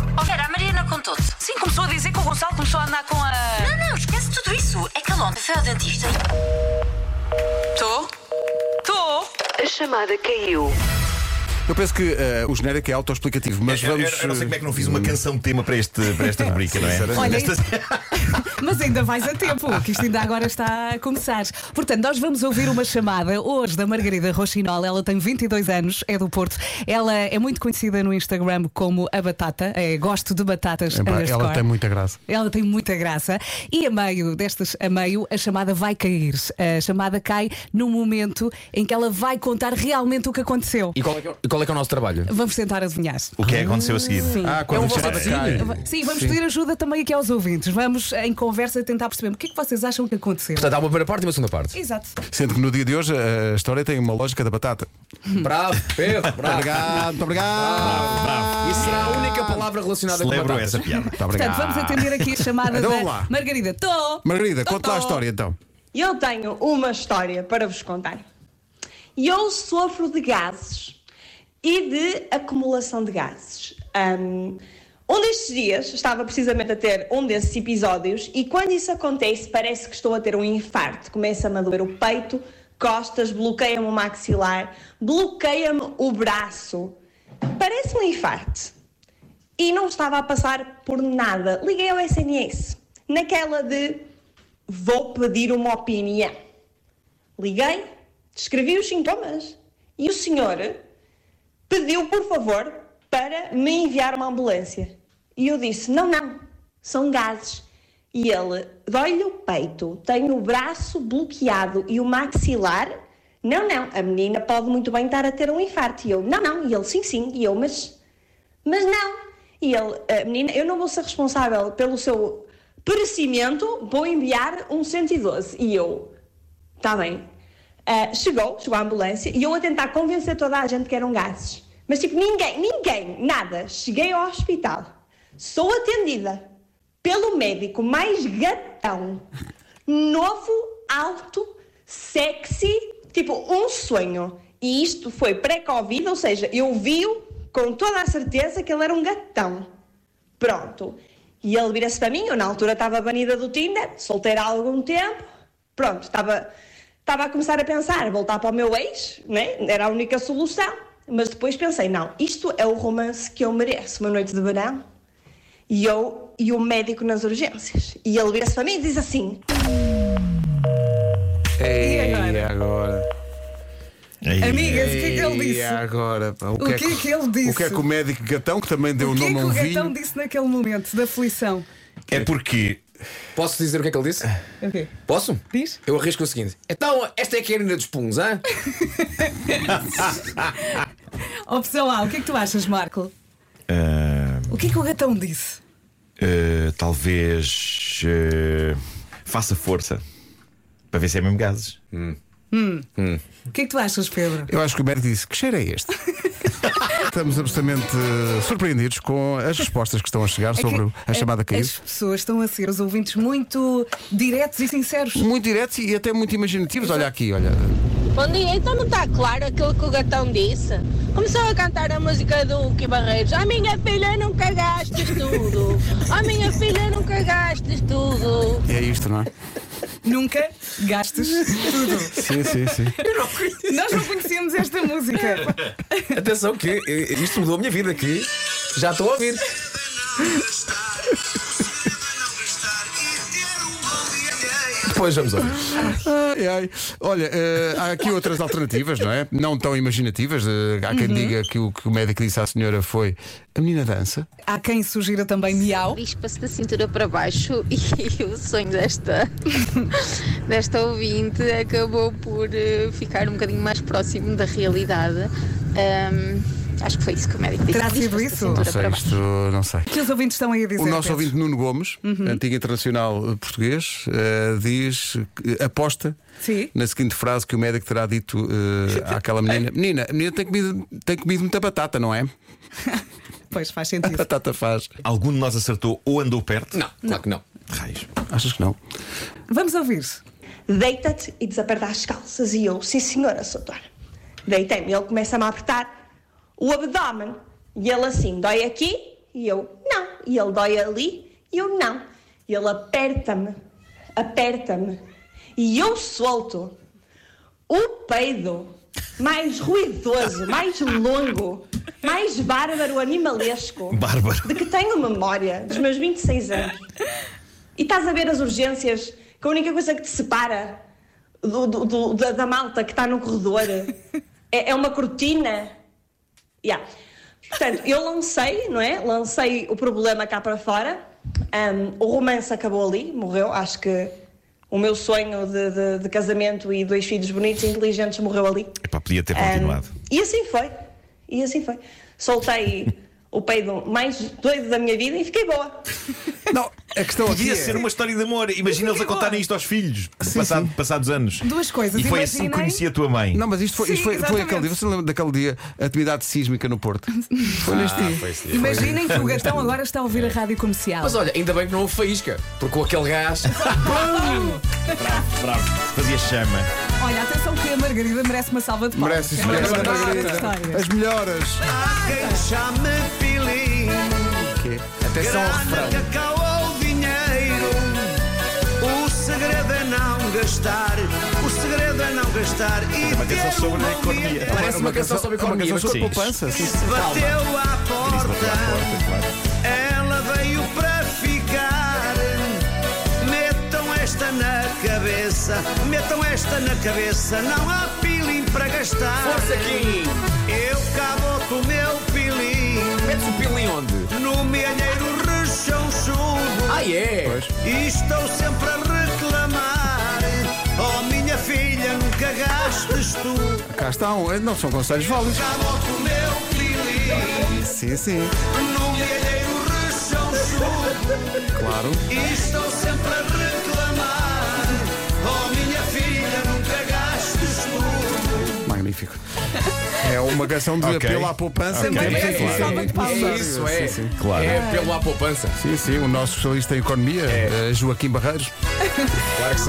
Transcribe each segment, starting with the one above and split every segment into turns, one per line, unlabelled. É
telefone. Foi ao dentista. Estou? Estou?
A chamada caiu.
Eu penso que eh, o genérico é autoexplicativo, mas
Eu- eu-
vamos. eh,
Eu, não sei como é que não fiz uma canção tema para, este, para esta rubrica, não é?
eh, Olha,
Esta-
Mas ainda vais a tempo, que isto ainda agora está a começar. Portanto, nós vamos ouvir uma chamada hoje da Margarida Rochinol. Ela tem 22 anos, é do Porto. Ela é muito conhecida no Instagram como a Batata. É, gosto de batatas.
Epá,
underscore.
ela tem muita graça.
Ela tem muita graça. E a meio destas, a meio, a chamada vai cair. A chamada cai no momento em que ela vai contar realmente o que aconteceu.
E qual é que é, o- e qual é que é o nosso trabalho?
Vamos tentar adivinhar.
O que é que aconteceu a seguir?
Sim.
Ah, quando
É um
a
você-
chamada cai.
Sim, vamos pedir ajuda também aqui aos ouvintes. Vamos em conversa tentar perceber o que é que vocês acham que aconteceu.
Portanto, há uma primeira parte e uma segunda parte.
Exato.
Sendo que no dia de hoje eh, a história tem uma lógica da batata.
Bravo, Pedro, bravo.
Obrigado, muito obrigado.
Isso será a única palavra relacionada com
Celebro
batatas.
essa piada.
Muito
Portanto,
obrigado.
vamos atender aqui a chamada da
Então,
tá.
vamos lá.
Margarida. Tô!
Margarida,
Tô,
conta lá a
tô.
história então.
E Eu tenho uma história para vos contar. Eu sofro de gases e de acumulação de gases. Hum, Um, destes dias estava precisamente a ter um desses episódios e quando isso acontece parece que estou a ter um infarto. Começa-me a doer o peito, costas, bloqueia-me o maxilar, bloqueia-me o braço. Parece um infarto e não estava a passar por nada. Liguei ao SNS, naquela de vou pedir uma opinião. Liguei, descrevi os sintomas e o senhor pediu, por favor, para me enviar uma ambulância. E eu disse: não, não, são gases. E ele dói-lhe o peito, tem o braço bloqueado e o maxilar. Não, não, a menina pode muito bem estar a ter um infarto. E eu, não, não. E ele, sim, sim. E eu, mas mas não. E ele, "Ah, menina, eu não vou ser responsável pelo seu perecimento, vou enviar um 112. E eu, está Tá bem. Ah, chegou, chegou a ambulância e eu a tentar convencer toda a gente que eram gases. Mas tipo, ninguém, ninguém, nada. Cheguei ao hospital, sou atendida pelo médico mais gatão, novo, alto, sexy, tipo um sonho. E isto foi pré-Covid, ou seja, eu vi-o com toda a certeza que ele era um gatão. Pronto. E ele vira-se para mim, eu na altura estava banida do Tinder, solteira há algum tempo, pronto, estava, estava a começar a pensar, voltar para o meu ex, né? era a única solução. Mas depois pensei, não, isto é o romance que eu mereço, uma noite de verão. E eu e o médico nas urgências. E ele vira-se para mim e diz assim:
E agora?
agora?
Ei,
Amigas, o que é que ele
E
disse?
agora? pá,
O que é que ele disse?
O que é que o médico gatão, que também deu
O
o
que é
nome
que
a
o
um
gatão
vinho.
disse naquele momento da aflição?
É porque
Posso dizer o que é que ele disse?
O quê?
Posso?
Diz.
Eu arrisco o seguinte. Então, esta é a Karina dos Puns, hã?
Opção A, o que é que tu achas, Marco?
ah,
O que é que o gatão disse?
ah, talvez ah, faça força para ver se é mesmo gases.
O que é que tu achas, Pedro?
Eu acho que o médico disse: que cheiro é este? Estamos absolutamente eh, surpreendidos com as respostas que estão a chegar
É que
sobre a chamada cair.
As pessoas estão a ser os ouvintes muito diretos e sinceros.
Muito diretos e até muito imaginativos. Olha aqui, olha.
Bom dia, então não
tá
está claro aquilo que o gatão disse? Começou a cantar a música do Hugo Barreiros. A minha filha nunca gastes tudo. A minha filha nunca gastes tudo.
É isto, não é?
Nunca gastes tudo.
Sim, sim, sim.
Nós não conhecemos esta música.
Atenção que eh, isto mudou a minha vida aqui. Já estou a ouvir. Depois vamos ouvir.
Ai, ai. Olha, eh, há aqui outras alternativas, não é? Não tão imaginativas. Eh, há quem
Uhum.
diga que o que o médico disse à senhora foi: a menina dança.
Há quem sugira também miau.
Rispa-se da cintura para baixo e o sonho desta, desta ouvinte acabou por eh, ficar um bocadinho mais próximo da realidade. Ahm, acho que foi isso que o médico disse.
Terá sido
Rispa-se da
isso?
cintura
Não
para
sei,
baixo. é
isto não sei.
O que os ouvintes estão aí a dizer?
O nosso
Pedro?
ouvinte Nuno Gomes,
Uhum.
antigo internacional eh, português, eh, diz, que- eh, aposta
Sim.
na seguinte frase que o médico terá dito eh, àquela menina: Menina, a menina tem comido, tem comido muita batata, não é?
Pois faz
A
sentido.
batata faz.
Algum de nós acertou ou andou perto?
Não, claro que não.
Raios.
Achas que não?
Vamos ouvir-se.
deita-te e desaperta as calças. E eu, sim senhora, sou doutora. Deitei-me e ele começa-me a apertar o abdômen. E ele assim, dói aqui? E eu, não. E ele dói ali? E eu, não. E ele aperta-me, aperta-me, e eu solto o peido mais ruidoso, mais longo, mais bárbaro animalesco
Bárbaro.
de que tenho memória dos meus 26 anos. E estás a ver as urgências, que a única coisa que te separa do- do- do- da, da malta que está no corredor é, é uma cortina. Yeah. Portanto, eu lancei, não é? Lancei o problema cá para fora. Ahm, o romance acabou ali, morreu. Acho que o meu sonho de, de- de casamento e dois filhos bonitos e inteligentes morreu ali.
Epá, podia ter
Ahm,
continuado.
Um,
e assim foi. E assim foi. Soltei o peido mais doido da minha vida e fiquei boa.
Não, a questão aqui
Podia
é...
ser uma história de amor. Imagina eles a contarem isto aos filhos, passado, passados anos.
Duas coisas,
E foi assim que
imaginem.
conheci a tua mãe.
Não, mas isto foi,
Sim,
isto foi, foi
exatamente.
aquele dia. Você lembra daquele dia, atividade sísmica no Porto? Ah, Foi neste dia.
Imaginem que o gatão agora está a ouvir a rádio comercial.
Mas olha, ainda bem que não houve faísca, porque com aquele gás.
Bravo. Fazia chama.
Olha, atenção que a Margarida merece uma salva de palmas.
Merece isso,
Ela
merece,
adora
Margarida.
esta história.
As melhoras.
Quem chama
Quê? Atenção ao refrão.
cacau ou dinheiro. O segredo é não gastar. O segredo é não gastar. E
Uma canção sobre a economia.
Parece uma canção sobre
Uma
economia. mas
canção sobre
Sim.
poupança. sim.
se bateu à porta. Ela veio para ficar. Metam esta na cabeça, metam esta na cabeça. Não há pilim para gastar.
Força aqui!
Eu cavoco o meu pilim
Metes o pilo em onde?
no milheiro rechonchudo.
Ah, é!
E estou sempre a reclamar. Oh, minha filha, nunca gastes tu.
Cá estão. Não são conselhos válidos.
Cavoco o meu pilim
Sim, sim.
no milheiro rechonchudo.
Claro.
E estou sempre a reclamar. Oh, minha filha, nunca gastes tu.
Magnífico. É uma canção de
Ok.
apelo à poupança.
Ok.
Temos aqui-
Sim,
sim,
salva de palmas.
claro.
Isso
Sim,
é,
sim.
Claro.
é pelo à poupança.
Sim, sim, o nosso especialista em economia, eh, Joaquim Barreiros.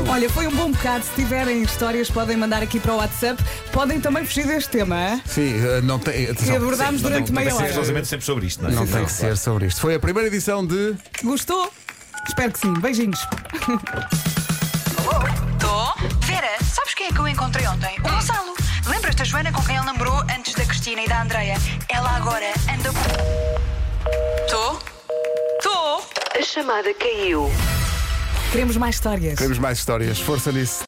Olha, foi um bom bocado. Se tiverem histórias, podem mandar aqui para o WhatsApp. Podem também fugir deste tema, é?
Sim, eh, não tem.
que
atenção,
abordámos durante
Vai
meia
ser
hora.
rigorosamente sempre sobre isto, não é?
Não tem que ser sobre isto. Foi a primeira edição de.
Gostou? Espero que sim. Beijinhos.
Tô? Vera, sabes quem é que eu encontrei ontem?
Hum.
O Gonçalo. Lembras-te da Joana com quem ele namorou antes da Cristina e da Andreia? Ela agora anda com.
Tô? Tô?
Queremos mais histórias.
Temos mais histórias. Força nisso.